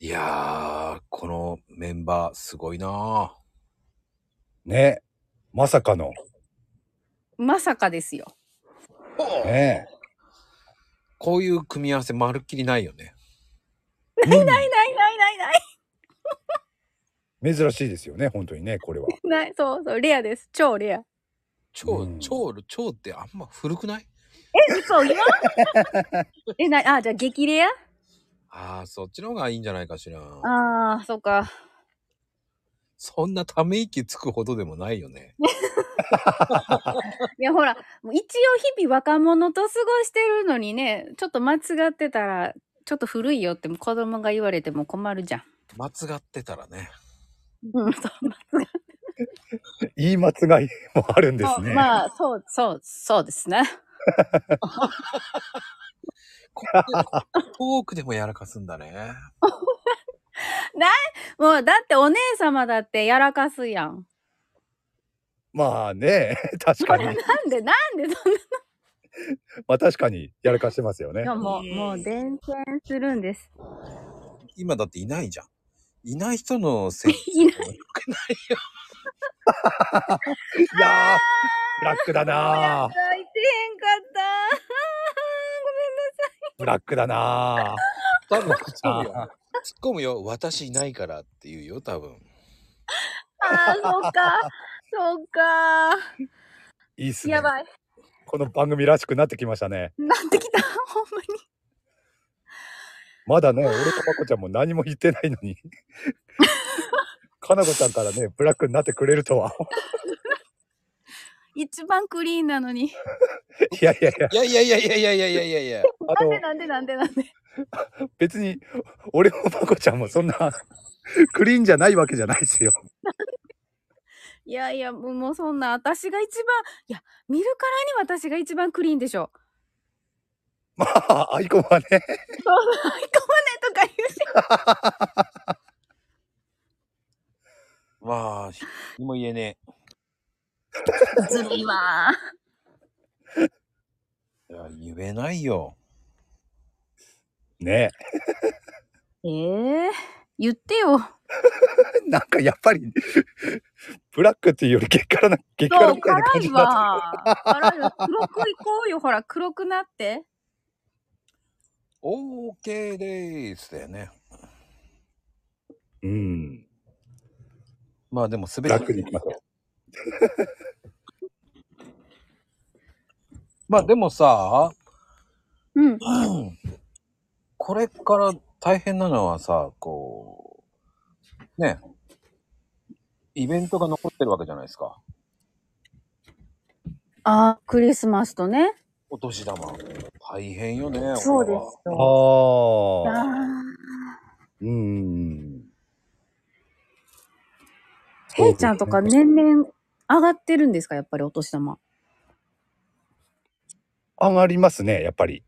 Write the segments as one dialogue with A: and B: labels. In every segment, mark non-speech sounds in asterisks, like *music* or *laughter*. A: いやー、このメンバーすごいな
B: ね。まさかの。
C: まさかですよ。
A: ぁ。
B: ね。
A: こういう組み合わせまるっきりないよね。
B: ない
C: ないないないないない
B: 珍しいですよね、本当にね、これは。
C: ない。そうそう、レアです。超レア。
A: 超
B: うん、
A: 超、超ってあんま古くない
C: え、嘘 *laughs* 今え、ない、あ、じゃあ激レア
A: ああ、そっちの方がいいんじゃないかしら。
C: ああ、そうか。
A: そんなため息つくほどでもないよね。
C: いや、ほら、もう一応日々若者と過ごしてるのにね、ちょっと間違ってたら、ちょっと古いよって子供が言われても困るじゃん。
A: 間違ってたらね。
C: うん、そう
B: 言い間違いもあるんですね。
C: まあ、そう、そう、そうですね。
A: ここでトークでもやらかすんだね。
C: もう、だってお姉様だってやらかすやん。
B: まあね、 *laughs* 確かに。
C: なんで、なんでそんな
B: まあ確かに、やらかしてますよね
C: いや。もう、もう伝染するんです。
A: 今だっていないじゃん。いない人のせい。
C: いない
A: よくないよ。
B: いやー、ブラックだなー
C: 泣。いてへんかった。
B: ブラックだなー。
A: 多分突っ込むよ。突
B: あ *laughs*
A: っ込むよ。私いないからって言うよ、多分。
B: *laughs*
C: ああ、そうか。そうか。
B: いいっすね
C: や。ばい。
B: この番組らしくなってきましたね。
C: なってきた。ほんまに。
B: まだね、俺とまこちゃんも何も言ってないのに。 *laughs* かなこちゃんからね、ブラックになってくれるとは。 *laughs*
C: 一番クリーンなのに。
B: いやいやいや、
A: いやいやいやいやいやいやいやいやいや。
B: あ
C: なんで
B: の、
C: なんでなんでなんで。
B: 別に、俺もまこちゃんもそんな、クリーンじゃないわけじゃないですよ。
C: いやいや、もうもうそんな、私が一番、いや、見るからに私が一番クリーンでしょ。
B: まあ、アイコンはね、
C: そう、アイコンはねとか言うし。
A: まあ、何も言えね
C: ずるいわ。
A: え。いや、言えないよ。
B: ね、
C: ええ言ってよ。
B: なんかやっぱり、ブラックっていうより激辛な、激
C: そ
B: 辛
C: う、
B: みたいな
C: 辛
B: 感
C: い
B: じだっ
C: わ。辛いわ。黒くいこうよ。ほら、黒くなって。
A: OK でーすだよね。
B: た。うん。
A: まあでも
B: ブ
A: 滑
B: ラ
A: ら
B: ックに行きましょう。
A: *laughs* まあでもさ、
C: うん。
A: これから大変なのはさ、こう、ね、イベントが残ってるわけじゃないですか。
C: あークリスマスとね。
A: お年玉。大変よね。俺は
C: そうです。よ。あ
B: ああ。
C: ー
B: うん。
C: ヘイちゃんとか年々上がってるんですかやっぱりお年玉。
B: 上がりますね、やっぱり。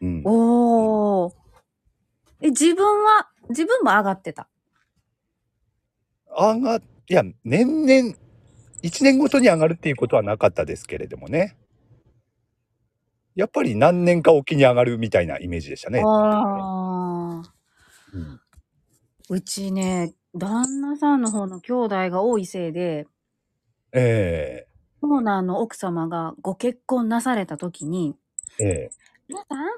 B: うん。
C: おお。え、自分は、自分も上がってた。
B: 上が、いや、年々、1年ごとに上がるっていうことはなかったですけれどもね。やっぱり何年かおきに上がるみたいなイメージでしたね。
C: ああ。
B: うん
C: うちね、旦那さんの方の兄弟が多いせいで、
B: え
C: オーナーの奥様がご結婚なされた時に、
B: ええ
C: 皆さん、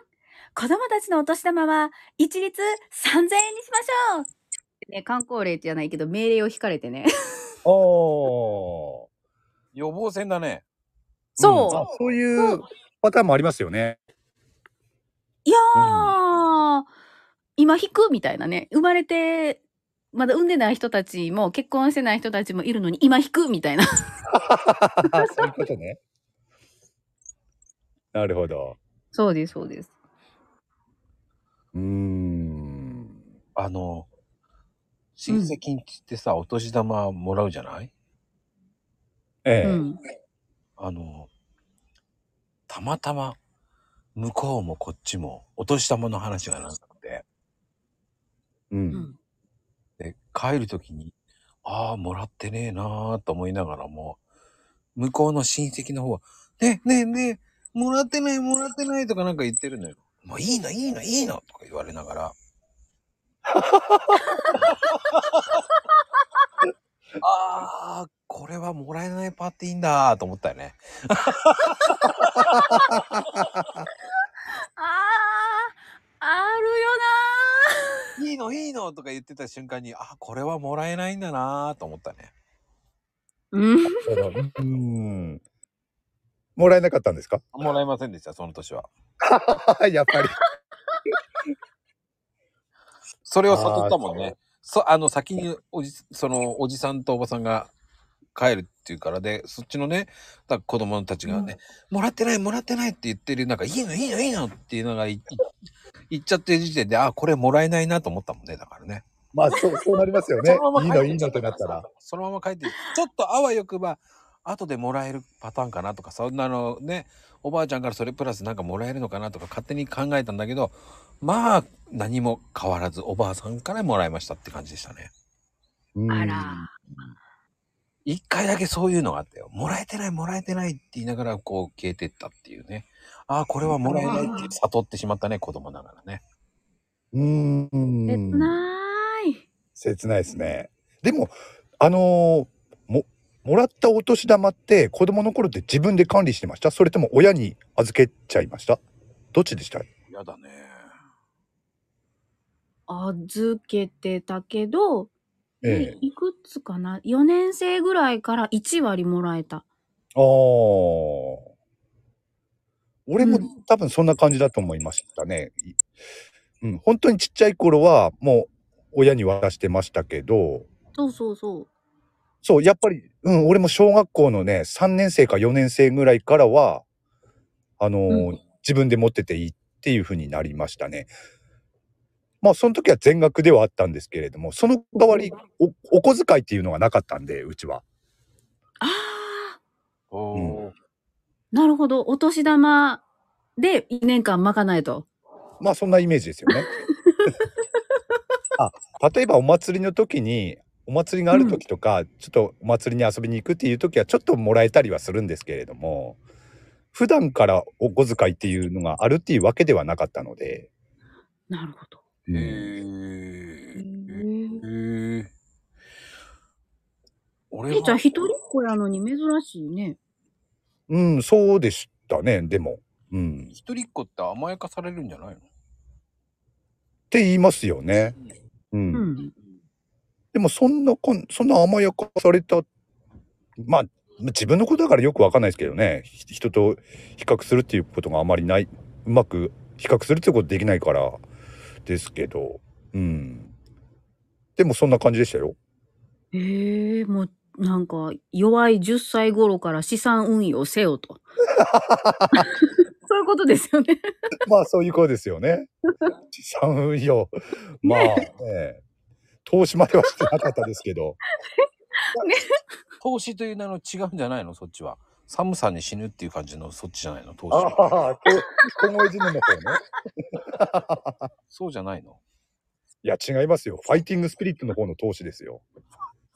C: 子供たちのお年玉は一律3000円にしましょうってね、観光令じゃないけど命令を引かれてね。
B: えあー
A: 予防線だね。
C: そう
B: うんあそういうパターンもありますよね。
C: いやー、今引くみたいなね。生まれて、まだ産んでない人たちも、結婚してない人たちもいるのに、今引くみたいな。
B: *laughs* そういうことね。なるほど。
C: そうです、そうです。
B: うーん。
A: あの、親戚にってさ、お年玉もらうじゃない
B: ええ
C: うん。
A: あの、たまたま、向こうもこっちも、お年玉の話がなくて、
B: う。
C: うんん、
A: で、帰るときに、ああ、もらってねえなーと思いながらも、向こうの親戚の方は、ねえねえねえ、もらってないもらってないとかなんか言ってるのよ。もういいのいいのいいのとか言われながら、あー、これはもらえないパーティーだーと思ったよね。
C: あー、あるよ
A: いいのいいのとか言ってた瞬間に、あ、これはもらえないんだなーと思ったね。
C: なー。うん。
B: うん。もらえなかったんですか *laughs*
A: もらえませんでした、その年は。
B: やっぱり。
A: それを悟ったもんね。そ、あの、先におじ、その、おじさんとおばさんが帰るっていうからで、そっちのね、だから子供たちがね、もらってない、もらってないって言ってる、なんか、いいの、いいの、いいのっていうのがいい言っちゃってる時点で、あ、これもらえないなと思ったもんね、だからね。
B: まあ、そう、そうなりますよ
C: *laughs*
B: ね。いいの、いいのってなったら。。
A: そのまま帰って、ちょっとあわよくば、後でもらえるパターンかなとか、そんなのね、おばあちゃんからそれプラスなんかもらえるのかなとか勝手に考えたんだけど、まあ、何も変わらずおばあさんからもらいましたって感じでしたね。
B: うん
C: あら。
A: 一回だけそういうのがあったよ。もらえてない、もらえてないって言いながらこう消えてったっていうね。ああ、これはもらえないって悟ってしまったね、子供ながらね。
B: うん。
C: 切ない。
B: 切ないですね。でも、あのーも、もらったお年玉って子供の頃って自分で管理してましたそれとも親に預けちゃいましたどっちでした
A: やだね。
C: 預けてたけど、
B: ええ。
C: いくつかな ?4 年生ぐらいから1割もらえた。
B: ああ。俺も
C: うん
B: 多分そんな感じだと思いましたね。いうん、本当にちっちゃい頃はもう親に渡してましたけど、
C: そうそうそう。
B: そう、やっぱり、うん、俺も小学校のね、3年生か4年生ぐらいからは、あのー
C: うん
B: 自分で持ってていいっていう風になりましたね。まあ、その時は全額ではあったんですけれども、その代わり、お、お小遣いっていうのがなかったんで、うちは。
C: ああ、
A: おー
C: なるほど。お年玉で1年間まかないと。
B: まあ、そんなイメージですよね。あ、例えばお祭りの時に、お祭りがある時とか、ちょっとお祭りに遊びに行くっていう時は、ちょっともらえたりはするんですけれども、普段からお小遣いっていうのがあるっていうわけではなかったので、
C: なるほど。
A: へ
C: へ
A: ーへ
C: ー
A: え。俺
C: ピーちゃん
A: は
C: 一人っ子やのに珍しいね。
B: うん、そうでしたね、でも。うん。
A: 一人っ子って甘やかされるんじゃないの
B: って言いますよね。うん。
C: うん。
B: でも、そんなこん、そんな甘やかされた、まあ、自分のことだからよくわかんないですけどね、ひ人と比較するっていうことがあまりない、うまく比較するっていうことできないからですけど、うん。でも、そんな感じでしたよ。
C: へえ、もうなんか弱い10歳頃から資産運用せよと。そういうことですよね。
B: まあ、そういうことですよね。資産運用。まあ、ね、投資まではしてなかったですけど。
A: 投資という名の違うんじゃないのそっちは。寒さに死ぬっていう感じのそっちじゃないの投資。
B: ああ、こ小声じめの方ね。
A: そうじゃないの
B: いや、違いますよ。ファイティングスピリットの方の投資ですよ。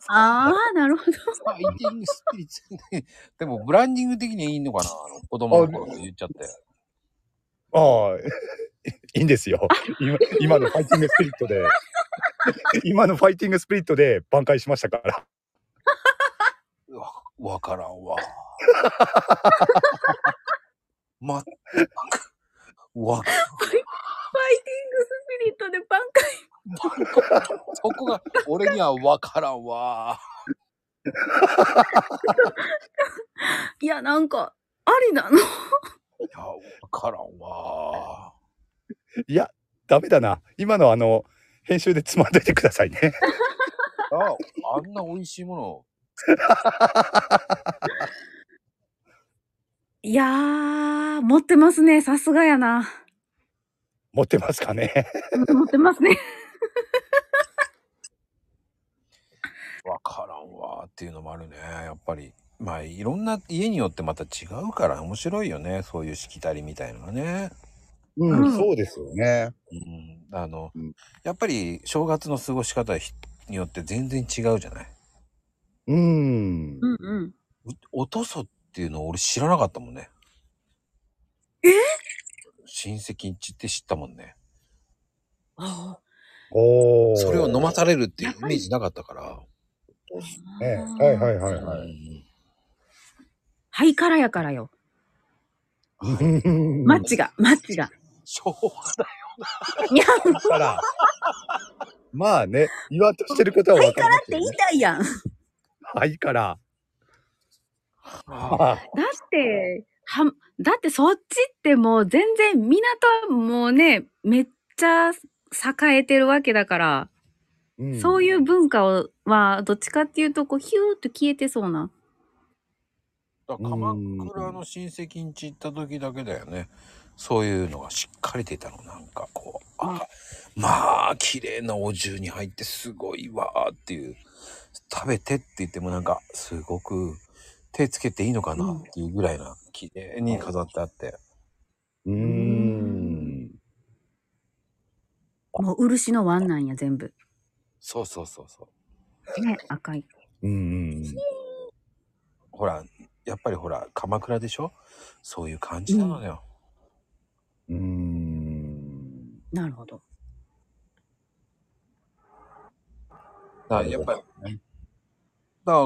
C: ああ、なるほど。
A: あ、イティングスピリッツ。でもブランディング的にはいいのかなあの子供の頃言っちゃって。
B: ああ、いいんですよ。今今のファイティングスピリットで、今のファイティングスピリットで挽回しましたから。
A: わわからんわ。まったく。わ
C: ファイティングスピリットで挽回。
A: そこが俺にはわからんわ。
C: いや、なんか、ありなの。
A: いや、わからんわ。
B: いや、ダメだな。今のあの、編集でつまんどいてくださいね。
A: ああんな美味しいもの。
C: いやー、持ってますね。さすがやな。
B: 持ってますかね。
C: 持ってますね。
A: わからんわーっていうのもあるねやっぱりまあいろんな家によってまた違うから面白いよねそういうしきたりみたいのがね、
B: うん
C: そう
B: ですよね。
A: うん、あの、
B: うん
A: やっぱり正月の過ごし方によって全然違うじゃない
B: うん。
C: うんうん。
A: おおとそっていうの俺知らなかったもんね
C: え
A: 親戚んちって知ったもんね
C: あ
B: おー
A: それを飲まされるっていうイメージなかったから。
B: ねはいはいはいは
A: う
B: い。
A: ん
C: ハイカラやからよ。マ
B: マ
C: ッチが、マッチが。
A: 昭和だ。
C: いや、
B: だから、まあね、言わんとしてることは分かる
C: って *laughs* 言いたいやん。だ
B: はいから。
A: あ
C: って、は、だってそっちってもう全然港はもうね、めっちゃ栄えてるわけだから、そういう文化をは、どっちかっていうと、こう、ヒューッと消えてそうな。
A: だから鎌倉の親戚んち行った時だけだよね。そういうのがしっかり出たの。なんかこう、あまあ、綺麗なお重に入ってすごいわーっていう。食べてって言ってもなんか、すごく手つけていいのかなっていうぐらいな、綺麗に飾ってあって。
B: うん。うん。
C: もう漆の湾なんや、全部。
A: そうそうそうそう。
C: ね、赤い。
B: うん。
A: ほら、やっぱりほら、鎌倉でしょそういう感じなのよ。
B: うん。
C: なるほど。
A: だからやっぱり、だから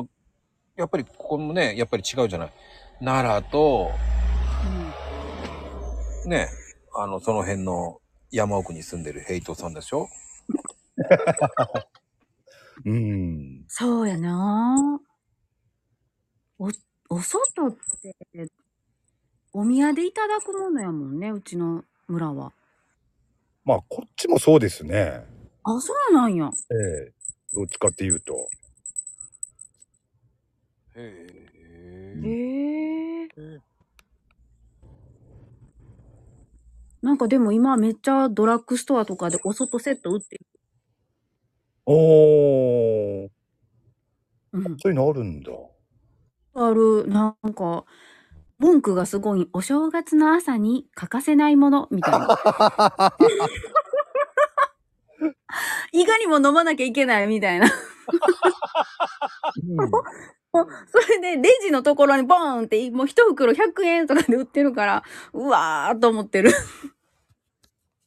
A: やっぱりここもね、やっぱり違うじゃない。奈良と、ね、あの、その辺の山奥に住んでるヘイトさんでしょ
B: うん。
C: そうやなぁお、お外って、お宮でいただくものやもんね、うちの村は。
B: まあ、こっちもそうですね。
C: あ、そうなんや。
B: ええ。どっちかっていうと。
A: へ
C: へ
A: え。
C: え。
A: へ
C: なんかでも今めっちゃドラッグストアとかでお外セット売ってる。
B: おー。
C: うん。
B: そういうのあるんだ。
C: ある、なんか、文句がすごい、お正月の朝に欠かせないもの、みたいな。いかにも飲まなきゃいけない、みたいな。それで、レジのところにボーンって、もう一袋100円とかで売ってるから、うわーと思ってる。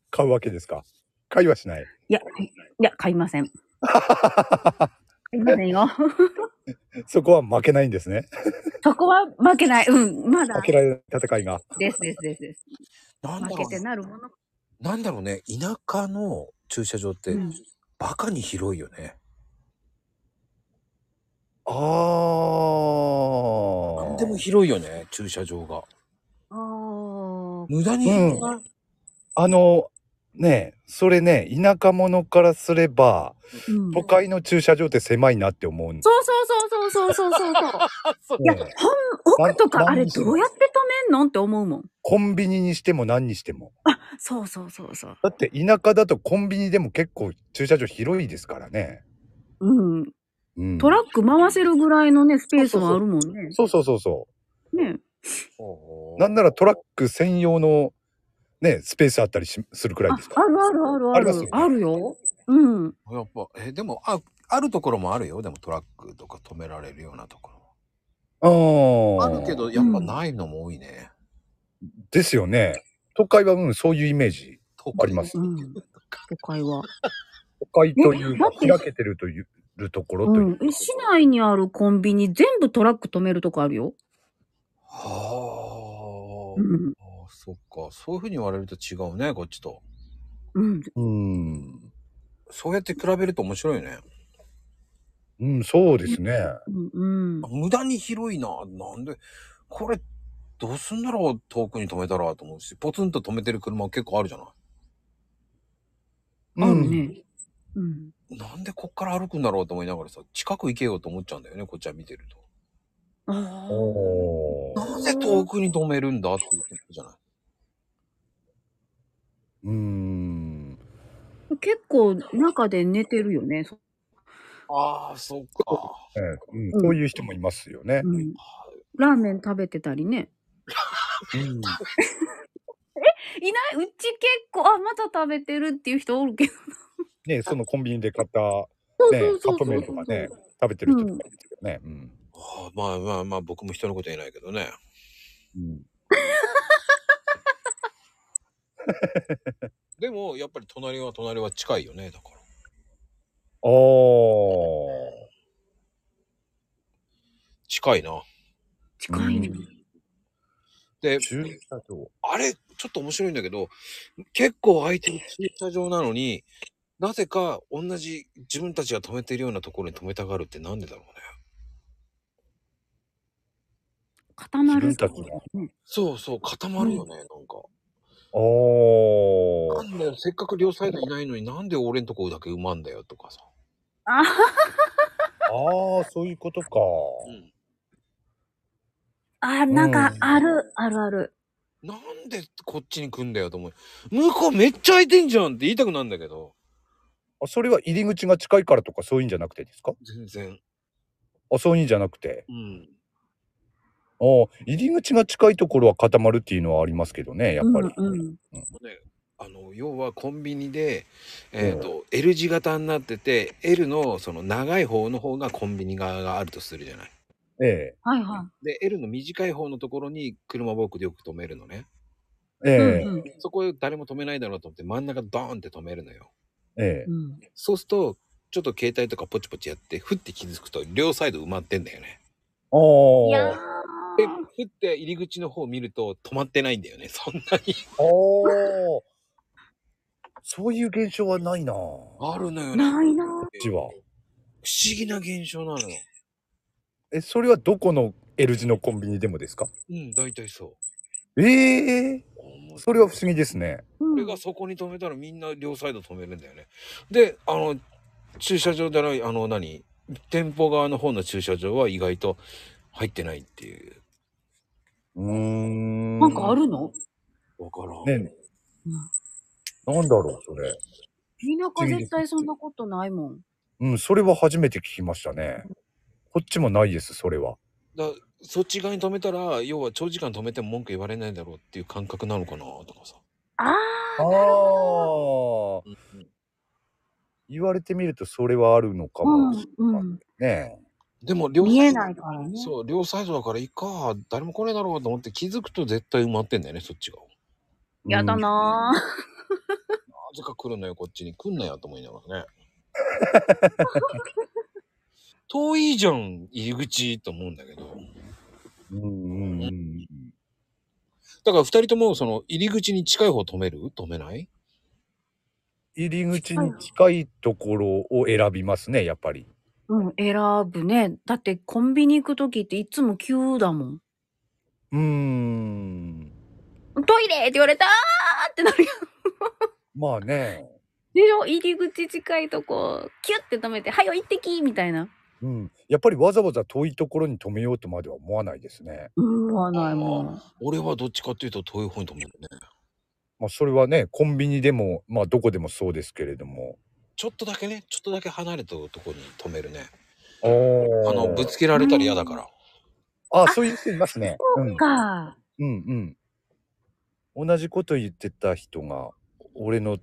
B: 買うわけですか。買いはしない。
C: いや、いや、買いま
B: *laughs*
C: せん。買いませんよ。
B: そこは負けないんですね。
C: そこは負けない。うん、まだ
B: 負。けられない戦いが。
C: ですですですです。
A: なんだ
C: 負
A: ろ
C: け
A: う
C: て
A: ね、
C: なるもの。
A: なんだろうね、田舎の駐車場って
C: うん
A: バカに広いよね。
B: あ
A: なん
B: ー。
A: でも広いよね、駐車場が。
C: あー
A: 無駄に
B: うん
A: 広くない
B: あの、ねえ、それね、田舎者からすれば、
C: うん
B: 都会の駐車場って狭いなって思うんで
C: そうそうそうそうそうそうそうそう。
A: そう
B: すね、
C: 奥とか
B: な
C: あ
B: な
C: れ
B: ん
C: どうやって止めんのって思うもん。
B: コンビニにしても何にしても。
C: そうそうそうそう。
B: だって田舎だとコンビニでも結構駐車場広いですからね。
C: うん。
B: うん、
C: トラック回せるぐらいのね、スペースはあるもんね。
B: そうそうそうそ
C: ね。
A: お
B: う。
A: ー
B: なんならトラック専用のね、スペースあったりしするくらい
C: あ
B: ですか
C: あ
B: ら。
C: るあるある
B: あ
C: あ
B: りま
C: る
B: すよね
C: あるよ。
B: *laughs*
C: うん。
A: やっぱ、え、でも、あ、あるところもあるよ。でもトラックとか止められるようなとこ
B: あ
A: ろ。
B: ー
A: あるけど、やっぱないのも多いね。
B: ですよね。都会はうん、そういうイメージ。
A: 遠
B: あります
C: うん。都会は。
B: 都会というか、
C: えだ
B: 開けてるというるところと
C: う。
B: いうん
C: え市内にあるコンビニ全部トラック止めるとこあるよ。
A: は
C: う
A: あ。
C: ん。
A: ああ、そっか。そういうふうに言われると違うね、こっちと。
C: うん。
B: うん。
A: そうやって比べると面白いね。
B: うん、そうですね。
C: うん
A: あ。無駄に広いな。なんで、これ、どうすんだろう、遠くに止めたらと思うし、ポツンと止めてる車結構あるじゃな
C: あるね。うん。
A: い。なんでこっから歩くんだろうと思いながらさ、近く行けようと思っちゃうんだよね、こっちは見てると。
C: あ
B: うん。
C: あ。
B: おー
A: なんで遠くに止めるんだって言ってるじゃない。
B: うん。
C: 結構中で寝てるよね。そ
A: ああ、そっか。
B: ええうん、そういう人もいますよね。
C: うん。ラーメン食べてたりね。
B: うん
C: いないうち結構、あ、また食べてるっていう人おるけど。
B: ねそのコンビニで買った、ね
C: *laughs*
B: カ
C: そう、そう
B: ッ
C: そ
B: プ
C: うそう
B: 麺とかね、食べてる人とかいるけどね。うん。
A: ああまあまあまあ、僕も人のこと言えないけどね。
B: うん
A: でも、やっぱり隣は隣は近いよね、だから。
B: あー
A: 近いな。
C: 近いね。
A: で、
B: 駐車場。
A: あれ、ちょっと面白いんだけど、結構空いてる駐車場なのに、なぜか同じ自分たちが止めてるようなところに止めたがるってなんでだろうね。
C: 固まる。
B: 自分たちが
C: うん
A: そうそう、固まるよね、なんか。
B: あー
A: なんだよ、せっかく両サイドいないのになんで俺んとこだけ埋まんだよとかさ。
C: あ
B: あー、そういうことか。
A: ん。
C: あ、なんか
B: う、ん
C: ある、あるある。
A: なんでこっちに来んだよと思う。向こうめっちゃ空いてんじゃんって言いたくなんだけど、
B: あそれは入り口が近いからとかそういうんじゃなくてですか
A: 全然。
B: あ、そういうんじゃなくて。
A: うん。
B: あー入り口が近いところは固まるっていうのはありますけどね、やっぱり。
C: うんうん。
A: ね、あの要はコンビニで、えーと L 字型になってて L のその長い方の方がコンビニ側があるとするじゃない。
B: え
C: はいは
A: で L の短い方のところに車ボークでよく止めるのね。
B: え、え
C: い。
B: え、
C: うんうん
A: そこへ誰も止めないだろうと思って真ん中ドーンって止めるのよ。
B: ええ。
C: うん
A: そうするとちょっと携帯とかポチポチやってふって気づくと両サイド埋まってんだよね。
B: あ
C: いや
B: ー
C: ー
A: でふって入り口の方を見ると止まってないんだよねそんなに。
B: あー。そういう現象はないな。
A: あるのよね。
C: ないなぁ。
B: ちは
A: 不思議な現象なのよ。
B: え、それはどこの L 字のコンビニでもですか
A: うん大体そ
B: ええ
A: う。
B: それは不思議ですね。
C: うん
A: 俺がそこに止めたらみんな両サイド止めるんだよね。で、あの、駐車場じゃない、あの何、店舗側の方の駐車場は意外と入ってないっていう。
B: うーん。
C: なんかあるの
A: わからん。
B: ね、
C: うん
B: なんだろう、それ。
C: 田舎絶対そんなことないもん。
B: うん、それは初めて聞きましたね。こっちもないです、それは。
A: だそっち側に止めたら、要は長時間止めても文句言われないだろうっていう感覚なのかなとかさ。
C: あ
B: ああ。
A: うん
B: 言われてみると、それはあるのか
C: あ、
B: も
C: うんうん。
B: ね。
A: でも両サイ
C: 見
A: ド
C: えないからね。
A: そう、両サイドだからいいか、誰も来ねえだろうと思って気づくと絶対埋まってんだよね、そっち側。
C: やだなぁ。
A: なぜか来るのよ、こっちに来んなよと思いなが *laughs* らね。遠いじゃん、入り口と思うんだけど。
B: うん。うんうんうん。
A: だから二人ともその入り口に近い方止める止めない
B: 入り口に近いところを選びますね、やっぱり。
C: うん、選ぶね。だってコンビニ行くときっていつも急だもん。
B: うーん。
C: トイレって言われたーってなるよ。
B: まあね。
C: でしょ入り口近いとこ、キュッて止めて、はいよ、行ってきみたいな。
B: うん。やっぱりわざわざ遠いところに止めようとまでは思わないですね。
C: うん、思わないもん。
A: 俺はどっちかっていうと遠い方に止めるね。
B: まあ、それはね、コンビニでも、まあ、どこでもそうですけれども。
A: ちょっとだけね、ちょっとだけ離れたとこに止めるね。
B: あ
A: あの、ぶつけられたら嫌だから。
B: あ、そういう人いますね。うん。
C: か。
B: うんうん。同じこと言ってた人が、俺の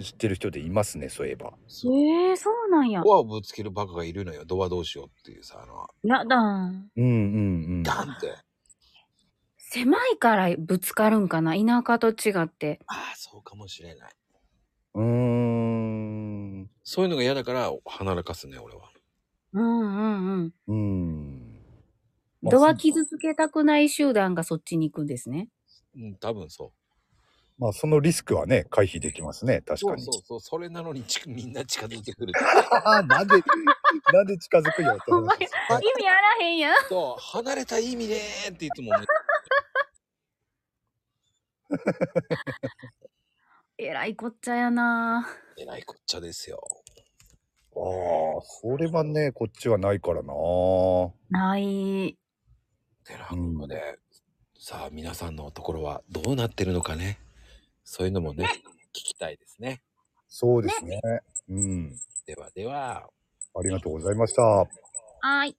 B: 知ってる人でいますね、そういえば。
C: え
A: そう。
C: ー、そうなんや。
A: ドアをぶつけるバカがいるのよ。ドアどうしようっていうさ、あの、
C: やだー。
B: うんうんうん。
A: ダンって。
C: 狭いからぶつかるんかな田舎と違って。
A: ああ、そうかもしれない。
B: うーん。
A: そういうのが嫌だから、離らかすね、俺は。
C: うんうんうん。
B: うん。まあ
C: ドア
B: そ
C: 傷つけたくない集団がそっちに行くんですね。
A: うん、多分そう。
B: まあ、そのリスクはね、回避できますね、確
A: そ
B: か
A: う
B: に。
A: そうそう、それなのにち *laughs* みんな近づいてくる。
B: あー *laughs* なんで、なんで近づくよって
C: お前
B: 話
C: 意味あらへんやん。
A: そう、離れた意味ねーっていつも思う。
C: えらいこっちゃやな
A: えらいこっちゃですよ。
B: ああ、それはね、こっちはないからな。う
C: ない。
A: てなことで、さあ皆さんのところはどうなってるのかね。そういうのもね、聞きたいですね。
B: そうですね。うん。
A: ではでは。
B: ありがとうございました。
C: はい。